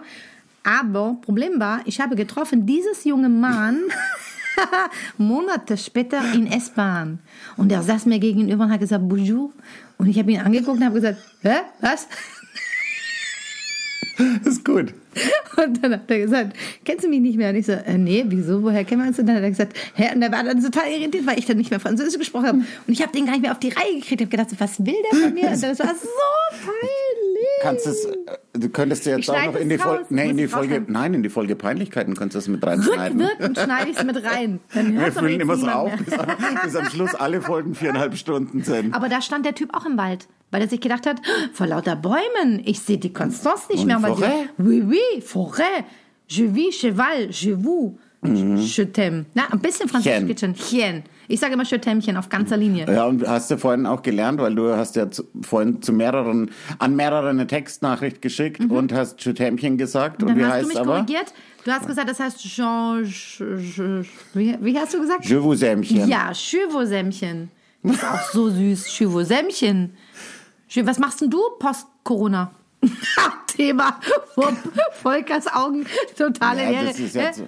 Aber Problem war, ich habe getroffen dieses junge Mann Monate später in S-Bahn. Und er saß mir gegenüber und hat gesagt, Bonjour. Und ich habe ihn angeguckt und habe gesagt, hä, was? Das ist gut. Und dann hat er gesagt, kennst du mich nicht mehr? Und ich so, äh, nee, wieso, woher kennen wir uns? Und dann hat er gesagt, hä? Und er war dann total irritiert, weil ich dann nicht mehr Französisch gesprochen habe. Und ich habe den gar nicht mehr auf die Reihe gekriegt. Ich habe gedacht, so, was will der von mir? Und das war so peinlich. Kannst es, äh, du könntest Ich dir jetzt auch schneide noch in es die, Fol raus. nee, in Muss die ich Folge, rausschneiden? nein, in die Folge Peinlichkeiten könntest du es mit Rück, reinschneiden. wirken, schneide ich es mit rein. Dann Wir hört's doch füllen jetzt immer so niemand auf, mehr. bis, bis am Schluss alle Folgen viereinhalb Stunden sind. Aber da stand der Typ auch im Wald, weil er sich gedacht hat, "Oh, vor lauter Bäumen, ich sehe die Konstanz nicht Und mehr. Und man Forêt? sagt, Oui, oui, forêt, je vis, cheval, je vous, je t'aime. Na, ein bisschen Französisch Mhm. Chien. geht schon. Chien. Ich sage immer je t'aimechen auf ganzer Linie. Ja, und hast du vorhin auch gelernt, weil du hast ja zu, vorhin zu mehreren, an mehrere eine Textnachricht geschickt und hast Schütämchen gesagt. Und Mhm. Dann wie hast du heißt mich aber? korrigiert. Du hast gesagt, das heißt Jean, je, je, wie, wie hast du gesagt? Je vous aimechen. Ja, Schüvosämchen. Das ist auch so süß, Schüvosämchen. Schü- Was machst denn du post-Corona? Thema. Wupp. Volkers Augen, totale Ja, Leere. das ist jetzt- Hä?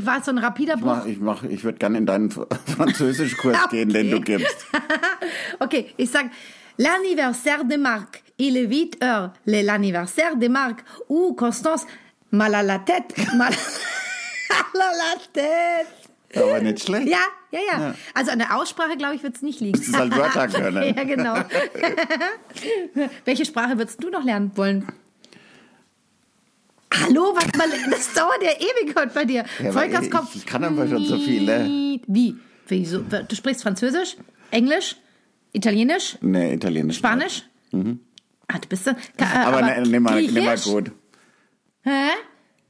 War es so ein rapider Bruch? Mach, ich mach, ich würde gerne in deinen Fr- Französischkurs gehen, den du Okay. gibst. okay, ich sag L'anniversaire de Marc, il est 8 heures. Le- L'anniversaire de Marc, ou Constance, mal à la tête, mal à la tête. Aber nicht schlecht. Ja, ja, ja, Also an der Aussprache, glaube ich, wird es nicht liegen. Müsstest halt Wörter können. ja, genau. Welche Sprache würdest du noch lernen wollen? Hallo, was mal, das dauert ja ewig heute bei dir. Ja, aber Volkers ich- Kopf. ich kann aber schon so ne? viele. Wie? Wieso? Du sprichst Französisch, Englisch, Italienisch, Nee, Italienisch. Spanisch? Ah, du bist so. Mhm. Aber, aber nimm mal, nimm mal Griechisch? gut. Hä?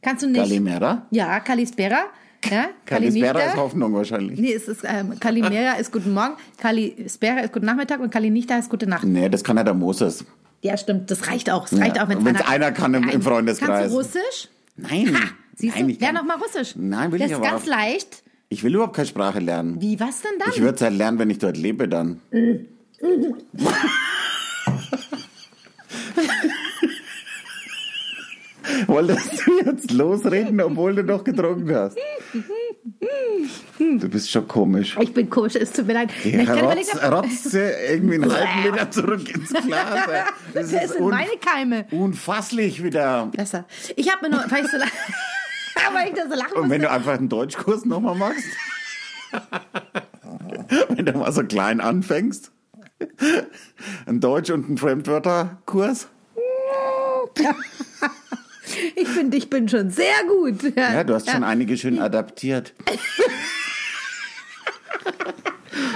Kannst du nicht? Calimera? ja, Kalispera. Ja, Calispera Kalinifta. ist Hoffnung wahrscheinlich. Nee, es ist ähm, Kalimera ist guten Morgen, Kalispera ist guten Nachmittag und Kalinichta ist gute Nacht. Nee, das kann ja der Moses. Ja, stimmt, das reicht auch. Es reicht auch, wenn wenn's einer kann im- im Freundeskreis. Kannst du Russisch? Nein. Siehst Nein, du, ich lern kann- noch mal Russisch. Nein, will das ich ist aber ganz auch. leicht. Ich will überhaupt keine Sprache lernen. Wie, was denn dann? Ich würde es halt lernen, wenn ich dort lebe dann. Wolltest du jetzt losreden, obwohl du noch getrunken hast? Du bist schon komisch. Ich bin komisch, es tut mir leid. Die ich kann Rotz, überlegen, rotze irgendwie einen halben Meter zurück ins Glas. ey. Das das ist sind un meine Keime. unfasslich wieder. Besser. Ich habe mir nur, weil ich so lachen, weil ich da so lachen Und musste. wenn du einfach einen Deutschkurs nochmal machst, wenn du mal so klein anfängst, ein Deutsch- und ein Fremdwörterkurs. Ich finde, ich bin schon sehr gut. Ja, du hast schon einige schön adaptiert.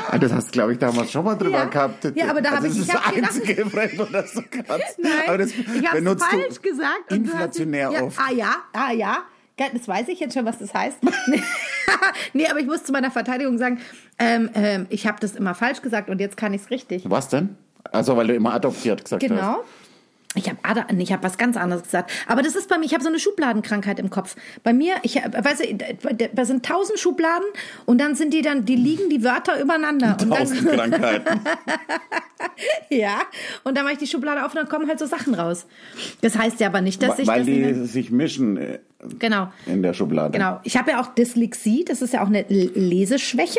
Ah, Das hast du, glaube ich, damals schon mal drüber Ja. gedacht. Ja, aber da also habe das ich- ist ich das hab gedacht- einzige Fremdwort, das du kannst. Nein, aber das ich habe benutzt falsch du gesagt. und du hast- inflationär ja, oft. Ah ja, ah ja. Ge- Das weiß ich jetzt schon, was das heißt. Nee. nee, aber ich muss zu meiner Verteidigung sagen, ähm, ähm, ich habe das immer falsch gesagt und jetzt kann ich es richtig. Was denn? Also, weil du immer adoptiert gesagt hast. Genau. Ich habe Ader, nee, ich habe was ganz anderes gesagt. Aber das ist bei mir, ich habe so eine Schubladenkrankheit im Kopf. Bei mir, ich hab- weißt du, da- da sind tausend Schubladen und dann sind die dann, die liegen die Wörter übereinander. Und Tausend dann, Krankheiten. ja, und dann mache ich die Schublade auf und dann kommen halt so Sachen raus. Das heißt ja aber nicht, dass ich weil das die nicht- sich mischen äh, genau. in der Schublade. Genau. Ich habe ja auch Dyslexie, das ist ja auch eine L- Leseschwäche.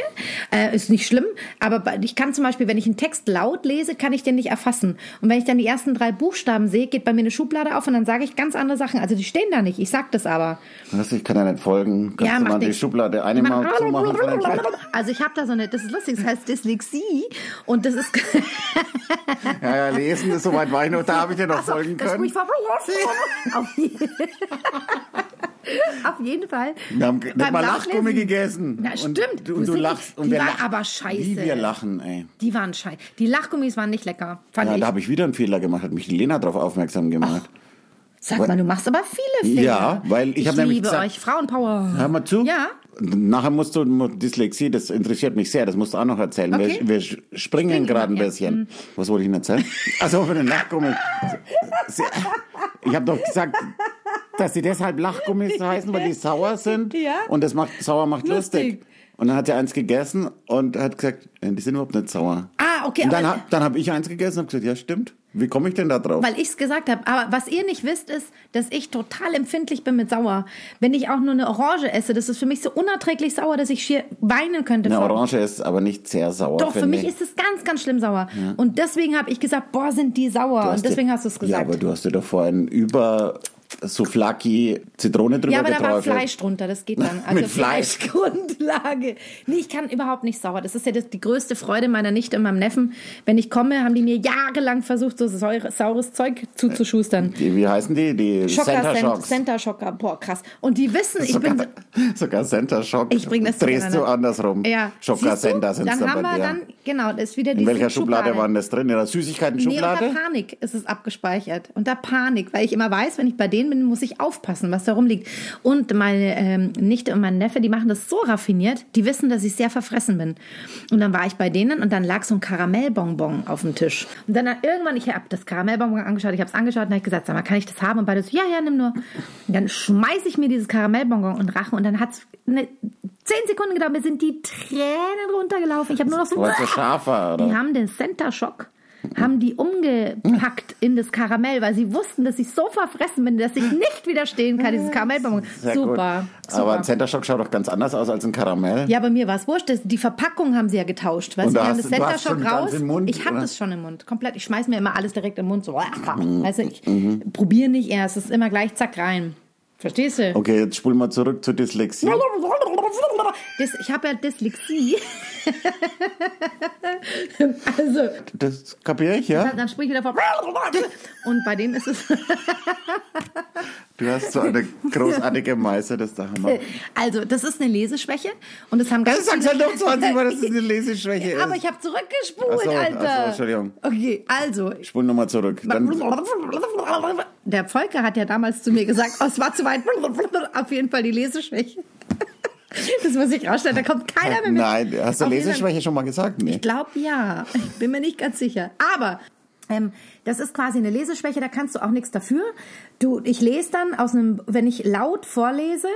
Äh, ist nicht schlimm, aber bei- ich kann zum Beispiel, wenn ich einen Text laut lese, kann ich den nicht erfassen. Und wenn ich dann die ersten drei Buchstaben sehe, geht bei mir eine Schublade auf und dann sage ich ganz andere Sachen. Also die stehen da nicht, ich sag das aber. Was, ich kann ja nicht folgen. Kannst du mal die nichts. Schublade eine Ich Mal mach- zumachen? vielleicht? Also ich habe da so eine, das ist lustig, das heißt Dyslexie und das ist... Ja, ja, lesen ist soweit war ich noch. Da habe ich dir noch Achso, folgen Also, das können. spricht vor- Auf, je- auf jeden Fall. Wir haben nicht Beim mal Lachgummi Nachlesen- gegessen. Na, Und stimmt. du- Und du, Sicher, lachst. Und die wir war lachen. aber scheiße. Wie wir lachen, ey. Die waren scheiße. Die Lachgummis waren nicht lecker. Fand Ja, ich. da habe ich wieder einen Fehler gemacht. Hat mich die Lena darauf aufmerksam gemacht. Sag mal, du machst aber viele Fehler. Ja, weil ich hab nämlich liebe gesagt- euch Frauenpower. Hör mal zu. Ja. Nachher musst du mu- Dyslexie, das interessiert mich sehr, das musst du auch noch erzählen. Okay. Wir, wir sch- springen Springen, gerade ein ja. Mhm. bisschen. Was wollte ich denn erzählen? Also für den Lachgummi. Sie- Ich habe doch gesagt, dass sie deshalb Lachgummis heißen, weil die sauer sind. Ja. Und das macht sauer macht lustig. Lustig. Und dann hat sie eins gegessen und hat gesagt, "Äh, die sind überhaupt nicht sauer. Ah, okay, Und dann aber- habe dann hab ich eins gegessen und hab gesagt, ja stimmt. Wie komme ich denn da drauf? Weil ich es gesagt habe. Aber was ihr nicht wisst, ist, dass ich total empfindlich bin mit sauer. Wenn ich auch nur eine Orange esse, das ist für mich so unerträglich sauer, dass ich schier weinen könnte. Eine vor- Orange ist aber nicht sehr sauer. Doch, für finde mich ich. ist es ganz, ganz schlimm sauer. Und deswegen habe ich gesagt, boah, sind die sauer. Du Und hast Oh, deswegen dir- hast du es Ja, gesagt. aber du hast dir doch vorhin über Souflaki Zitrone drüber Ja, aber da war geträufelt. Fleisch drunter, das geht dann. Also Mit Fleisch. Fleischgrundlage. Nee, ich kann überhaupt nicht sauer. Das ist ja das, die größte Freude meiner Nichte und meinem Neffen. Wenn ich komme, haben die mir jahrelang versucht, so säure, saures Zeug zuzuschustern. Die, wie heißen die? Die Center Schocker, Cent- Shocks. Center Schocker. Boah, krass. Und die wissen, ich sogar, bin. sogar Center Shock. Ich bring das Drehst du durcheinander. andersrum. Ja. Schocker Siehst du? Center sind es Dann haben dann wir bei dir. dann, genau, das ist wieder die In welcher Schublade, waren das drin? In der Nee, unter Süßigkeiten-Schublade? Panik ist es abgespeichert. Unter Panik, weil ich immer weiß, wenn ich bei denen bin, muss ich aufpassen, was da rumliegt. Und meine ähm, Nichte und mein Neffe, die machen das so raffiniert, die wissen, dass ich sehr verfressen bin. Und dann war ich bei denen und dann lag so ein Karamellbonbon auf dem Tisch. Und dann hat irgendwann, ich habe das Karamellbonbon angeschaut, ich habe es angeschaut und habe gesagt, sag mal, kann ich das haben? Und beide so, ja, ja, nimm nur. Und dann schmeiße ich mir dieses Karamellbonbon in den Rachen und dann hat es ne, zehn Sekunden gedauert, mir sind die Tränen runtergelaufen. Ich habe nur noch so... War so scharfer, oder? Die haben den Center Shock haben die umgepackt in das Karamell, weil sie wussten, dass ich so verfressen bin, dass ich nicht widerstehen kann, dieses Karamellbonbon. Sehr Super, Gut. super. Aber ein Center Shock schaut doch ganz anders aus als ein Karamell. ja, bei mir war es wurscht. Das- Die Verpackung haben sie ja getauscht. Weißt Und du, da die haben das hast du- du Center hast schon Shock ganz raus. im Mund, ich habe oder? das schon im Mund. Komplett. Ich schmeiß mir immer alles direkt im Mund. So, ah, Mhm. weißt du, ich probiere nicht erst. Es ist immer gleich zack rein. Verstehst du? Okay, jetzt spulen wir zurück zur Dyslexie. Das, ich habe ja Dyslexie. also, Das kapiere ich, ja? dann sprich wieder vor. Und bei dem ist es. Du hast so eine großartige Meister, das ist der Hammer. Also, das ist eine Leseschwäche und das haben Das ganz sagst du doch 20 Mal, dass es eine viele- Leseschwäche Aber ist. ich habe Ach zurückgespult, so, ach so, Alter. Entschuldigung. Okay, also. ich- Spul nochmal zurück. Dann, Der Volker hat ja damals zu mir gesagt, oh, es war zu weit. Auf jeden Fall die Leseschwäche. Das muss ich rausstellen, da kommt keiner mehr mit. nein, hast du Auf jeden Fall- Leseschwäche schon mal gesagt? Nee. Ich glaube ja. Ich bin mir nicht ganz sicher. Aber ähm, das ist quasi eine Leseschwäche, da kannst du auch nichts dafür. Du, ich lese dann aus einem, wenn ich laut vorlese,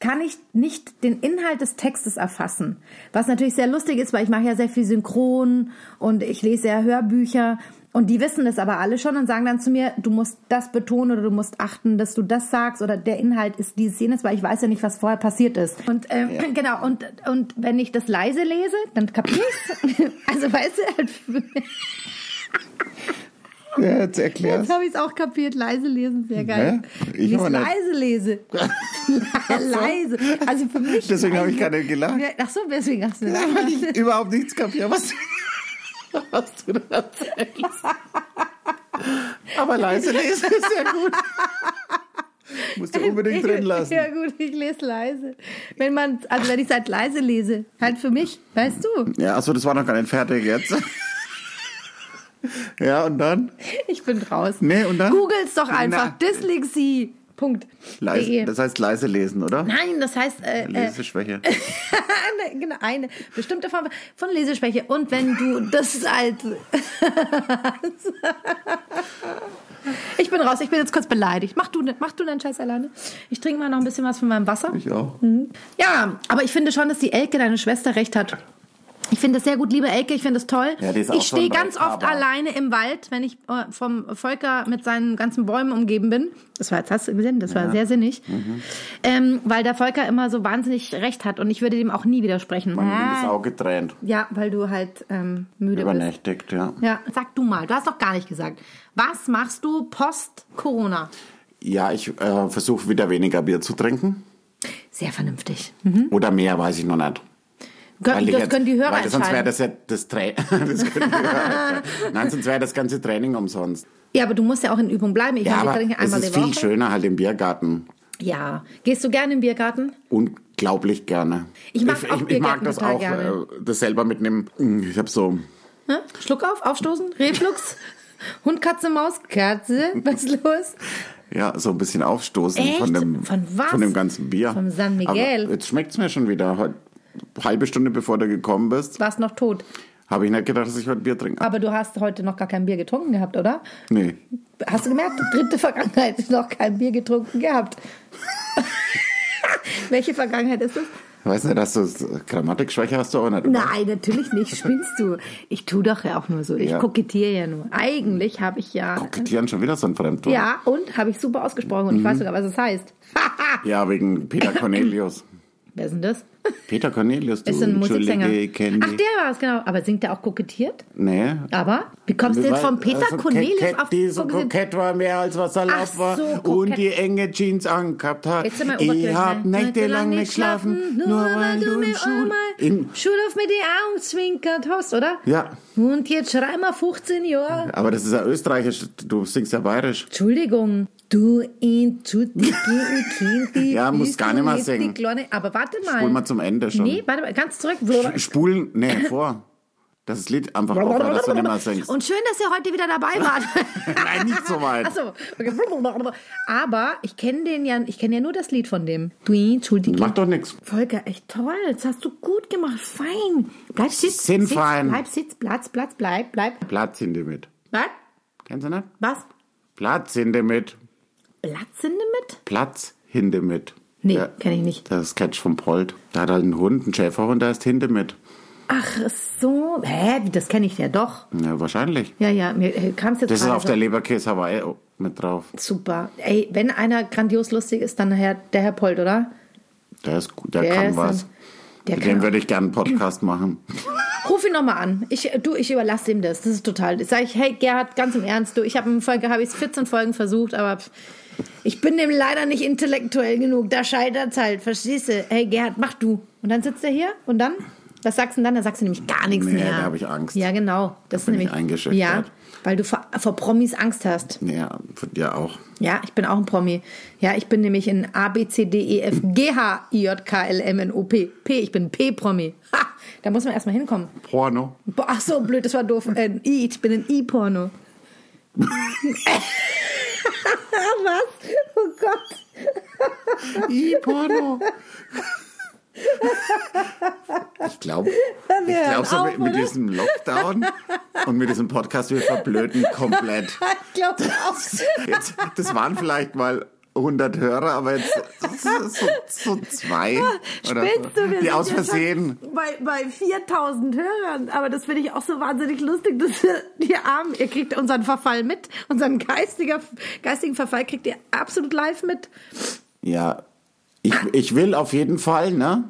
kann ich nicht den Inhalt des Textes erfassen. Was natürlich sehr lustig ist, weil ich mache ja sehr viel Synchron und ich lese ja Hörbücher. Und die wissen das aber alle schon und sagen dann zu mir, du musst das betonen oder du musst achten, dass du das sagst oder der Inhalt ist dieses jenes, weil ich weiß ja nicht, was vorher passiert ist. Und ähm, genau, und, und wenn ich das leise lese, dann kapier ich's. also weißt du, halt, Ja, jetzt jetzt erklärst. habe ich es auch kapiert, leise lesen, sehr geil. Hä? Ich Wie ich's aber nicht. leise lese. leise. Also für mich. Deswegen habe ich leise. gerade gelacht. Ja, Ach so, deswegen hast du Ja, weil ich überhaupt nichts kapiere. Was, was du da erzählst. Aber leise lesen ist ja gut. Musst du unbedingt drin lassen. Ja gut, ich lese leise. Wenn man, also wenn ich es halt leise lese, halt für mich, weißt du. Ja, achso, das war noch gar nicht fertig jetzt. Ja, und dann? Ich bin raus. Nee, und dann? Googles doch Na. einfach. Dyslexie. Punkt. Leise, De. das heißt leise lesen, oder? Nein, das heißt äh, äh, Leseschwäche. eine, genau, eine bestimmte Form von halt Leseschwäche. Und wenn du das als Ich bin raus, ich bin jetzt kurz beleidigt. Mach du, mach du deinen Scheiß alleine. Ich trinke mal noch ein bisschen was von meinem Wasser. Ich auch. Ja, aber ich finde schon, dass die Elke, deine Schwester, recht hat. Ich finde das sehr gut, liebe Elke, ich finde das toll. Ja, die ist auch ich so stehe ein ganz oft Rechthaber. alleine im Wald, wenn ich äh, vom Volker mit seinen ganzen Bäumen umgeben bin. Das war, jetzt hast du gesehen, das war sehr sinnig. Mhm. Ähm, weil der Volker immer so wahnsinnig recht hat und ich würde dem auch nie widersprechen. Mein Wind ist auch getrennt. Ja, weil du halt ähm, müde bist. Übernächtigt, ja. Ja, sag du mal, du hast doch gar nicht gesagt. Was machst du post-Corona? Ja, ich äh, versuche wieder weniger Bier zu trinken. Sehr vernünftig. Oder mehr, weiß ich noch nicht. Gön, Weil ich Hm? das jetzt- können die Hörer weil Sonst entscheiden. wäre das ja das Training. Nein, sonst wäre das ganze Training umsonst. Ja, aber du musst ja auch in Übung bleiben. Ich Ja, meine, ich aber trinke es einmal ist die viel Woche. schöner halt im Biergarten. Ja. Gehst du gerne im Biergarten? Unglaublich gerne. Ich mag auch ich, ich mag Biergärten das total auch, gerne. äh, das selber mitnehmen. Hm, Ich habe so, Hä? Schluck auf, aufstoßen, Reflux, Hund, Katze, Maus, Katze, was ist los? ja, so ein bisschen Aufstoßen Echt? von dem Von was? von dem ganzen Bier. Vom San Miguel? Aber jetzt schmeckt's mir schon wieder. Heute, halbe Stunde bevor du gekommen bist, Warst noch tot. habe ich nicht gedacht, dass ich heute Bier trinke. Aber du hast heute noch gar kein Bier getrunken gehabt, oder? Nee. Hast du gemerkt? Dritte Vergangenheit, noch kein Bier getrunken gehabt. Welche Vergangenheit ist das? Ich weiß nicht, dass du Grammatikschwäche hast du auch nicht. oder? Nein, natürlich nicht. Spinnst du? Ich tue doch ja auch nur so. Ich Ja. kokettiere ja nur. Eigentlich habe ich ja. Kokettieren schon wieder so ein Fremdwort. Ja, und habe ich super ausgesprochen Mhm. und ich weiß sogar, was es heißt. Ja, wegen Peter Cornelius. Wer ist denn das? Peter Cornelius, du Ist ein Musiksänger. entschuldige Candy. Ach, der war es, genau. Aber singt er auch kokettiert? Nee. Aber wie kommst du jetzt von Peter Also, Cornelius kokett, auf Die so kokettiert? kokett war mehr als was Ach erlaubt war so, und kokett. die enge Jeans angehabt hat. Jetzt sind wir ich Oberkirchen, hab ne? nächtelang nicht geschlafen, nur weil du mir einmal In, Schul auf mir die Augen zwinkert hast, oder? Ja. Und jetzt schrei mal 15 Jahre. aber das ist ja österreichisch, du singst ja bayerisch. Entschuldigung. Du in zu die Kind, die Ja, muss Büsel gar nicht mehr ist die singen. Kleine. Aber warte mal. Spulen wir zum Ende schon. Nee, warte mal, ganz zurück. Blubber. Spulen, nee, vor. Das ist Lied einfach aufhören, dass du nicht mehr singst. Und schön, dass ihr heute wieder dabei wart. Nein, nicht so weit. Achso, okay. Aber ich kenne den ja, ich kenne ja nur das Lied von dem. Du, entschuldige. Macht doch nichts. Volker, echt toll. Das hast du gut gemacht. Fein. Bleib sitz. Sinnfein. Sitz, bleib sitz, Platz, Platz, bleib, bleib. Platz in dir mit. Was? Kennst du nicht? Was? Platz in dir mit. Platz in dem mit? Platz Hindemith. Nee, Ja. kenne ich nicht. Der Sketch von Polt. Da hat halt einen Hund, einen Schäferhund, der heißt Hindemith. Ach so. Hä, das kenne ich ja doch. Ja, wahrscheinlich. Ja, ja, mir äh, kam es jetzt Das ist gerade auf so- der Leberkäse Hawaii oh, mit drauf. Super. Ey, wenn einer grandios lustig ist, dann Herr, der Herr Pold, oder? Der, ist, gut, der Der kann ist was. ein- der mit kann dem auch- würde ich gerne einen Podcast machen. Ruf ihn nochmal an. Ich, äh, du, ich überlasse ihm das. Das ist total. Ich sage, hey Gerhard, ganz im Ernst, du, ich habe Folge, habe ich 14 Folgen versucht, aber pff, ich bin dem leider nicht intellektuell genug. Da scheitert's halt, verstehst du? Hey Gerhard, mach du. Und dann sitzt er hier und dann? Was sagst du denn dann? Da sagst du nämlich gar nichts Nee, mehr. da hab ich Angst. Ja, genau. Das bin ist ich nämlich. eingeschüchtert. Ja, weil du vor, vor Promis Angst hast. Ja, von dir auch. Ja, ich bin auch ein Promi. Ja, ich bin nämlich in A, B, C, D, E, F, G, H, I, J, K, L, M, N, O, P. P, ich bin P-Promi. Ha! Da muss man erstmal hinkommen. Porno. Boah, ach so, blöd, das war doof. Äh, I, ich bin ein I-Porno. Was? Oh Gott. I, Porno. Ich glaube, ich hören glaub, so auf, mit, mit oder? diesem Lockdown und mit diesem Podcast, wir verblöden komplett. Ich glaube auch. Jetzt, das waren vielleicht mal 100 Hörer, aber jetzt so, so, so zwei. Oder Ah, Spinnst du? so, Wir die sind aus ja schon Versehen. Bei, bei 4000 Hörern. Aber das finde ich auch so wahnsinnig lustig, dass ihr, die Armen, ihr kriegt unseren Verfall mit. Unseren geistiger, geistigen Verfall kriegt ihr absolut live mit. Ja, ich, ich will auf jeden Fall, ne?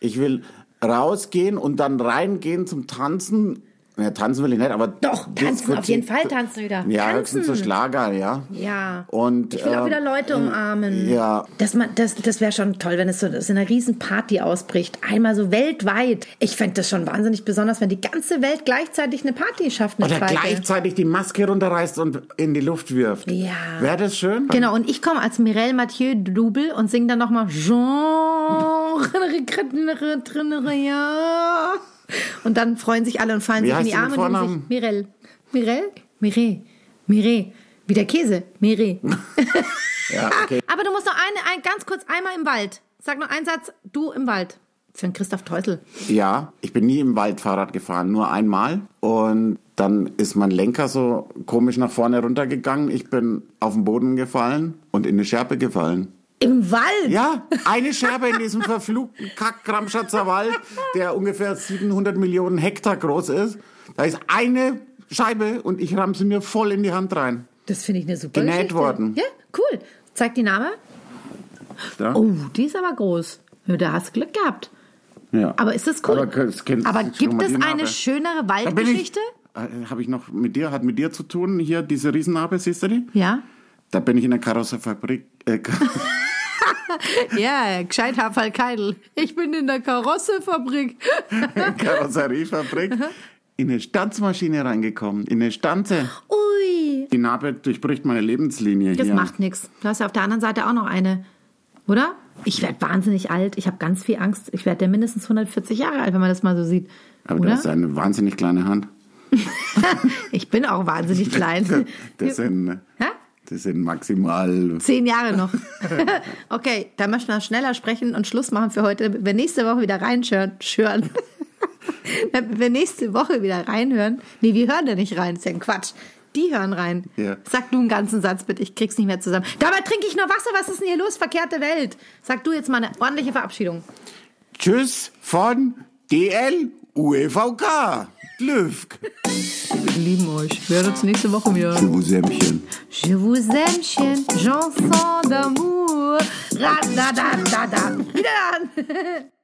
Ich will rausgehen und dann reingehen zum Tanzen. Ja, tanzen will ich nicht, aber. Doch, tanzen, auf jeden Fall tanzen wieder. Ja, tanzen. höchstens zu Schlager, ja. Ja. Und, ich will auch ähm, wieder Leute umarmen. ja. Das, das, das wäre schon toll, wenn es so in einer riesen Party ausbricht. Einmal so weltweit. Ich fände das schon wahnsinnig besonders, wenn die ganze Welt gleichzeitig eine Party schafft. Eine Oder zweite. gleichzeitig die Maske runterreißt und in die Luft wirft. Ja. Wäre das schön? Genau, und ich komme als Mireille Mathieu Double und singe dann nochmal Genre, ja. Und dann freuen sich alle und fallen Wie sich in heißt die sie mit Arme und nehmen Vornamen? sich Mireille. Mireille? Mireille. Mireille. Wie der Käse. Mireille. Ja, okay. Aber du musst noch eine, ein, ganz kurz einmal im Wald. Sag nur einen Satz, du im Wald. Für den Christoph Teusel. Ja, ich bin nie im Wald Fahrrad gefahren, nur einmal. Und Dann ist mein Lenker so komisch nach vorne runtergegangen. Ich bin auf den Boden gefallen und in eine Schärpe gefallen. Im Wald? Ja, eine Scherbe in diesem verfluchten Kack-Kramschatzer Wald, der ungefähr 700 Millionen Hektar groß ist. Da ist eine Scheibe und ich ramm sie mir voll in die Hand rein. Das finde ich eine super Genäht Geschichte. worden. Ja, cool. Zeig die Name. Ja? Oh, die ist aber groß. Ja, da hast du Glück gehabt. Ja. Aber ist das cool? Aber, das Kind- Aber das gibt es Traumatisierende eine Narbe. schönere Da bin ich- Waldgeschichte? Äh, Habe ich noch mit dir, hat mit dir zu tun, hier diese Riesennarbe, siehst du die? Ja. Da bin ich in der Karosserfabrik. Äh, Ja, gescheit Haferl Keidel. Ich bin in der Karossefabrik. Karosseriefabrik in eine Stanzmaschine reingekommen, in eine Stanze. Ui. Die Narbe durchbricht meine Lebenslinie Das hier. macht nichts. Du hast ja auf der anderen Seite auch noch eine. Oder? Ich werde wahnsinnig alt. Ich habe ganz viel Angst. Ich werde ja mindestens 140 Jahre alt, wenn man das mal so sieht. Aber Oder? das ist eine wahnsinnig kleine Hand. ich bin auch wahnsinnig klein. Das sind, äh, Hä? das sind maximal. Zehn Jahre noch. okay, dann möchten wir schneller sprechen und Schluss machen für heute. Wenn nächste Woche wieder reinschören. schören. Wenn wir nächste Woche wieder reinhören. Nee, wir hören da nicht rein. Ist ja ein Quatsch. Die hören rein. Ja. Sag du einen ganzen Satz bitte. Ich krieg's nicht mehr zusammen. Dabei trinke ich nur Wasser. Was ist denn hier los? Verkehrte Welt. Sag du jetzt mal eine ordentliche Verabschiedung. Tschüss von DL E UEVK. Lüfk. Wir lieben euch. Wir hören uns nächste Woche wieder. Sämchen. Je vous aime, chienne. Chanson d'amour. Ra da da da da. Wieder an.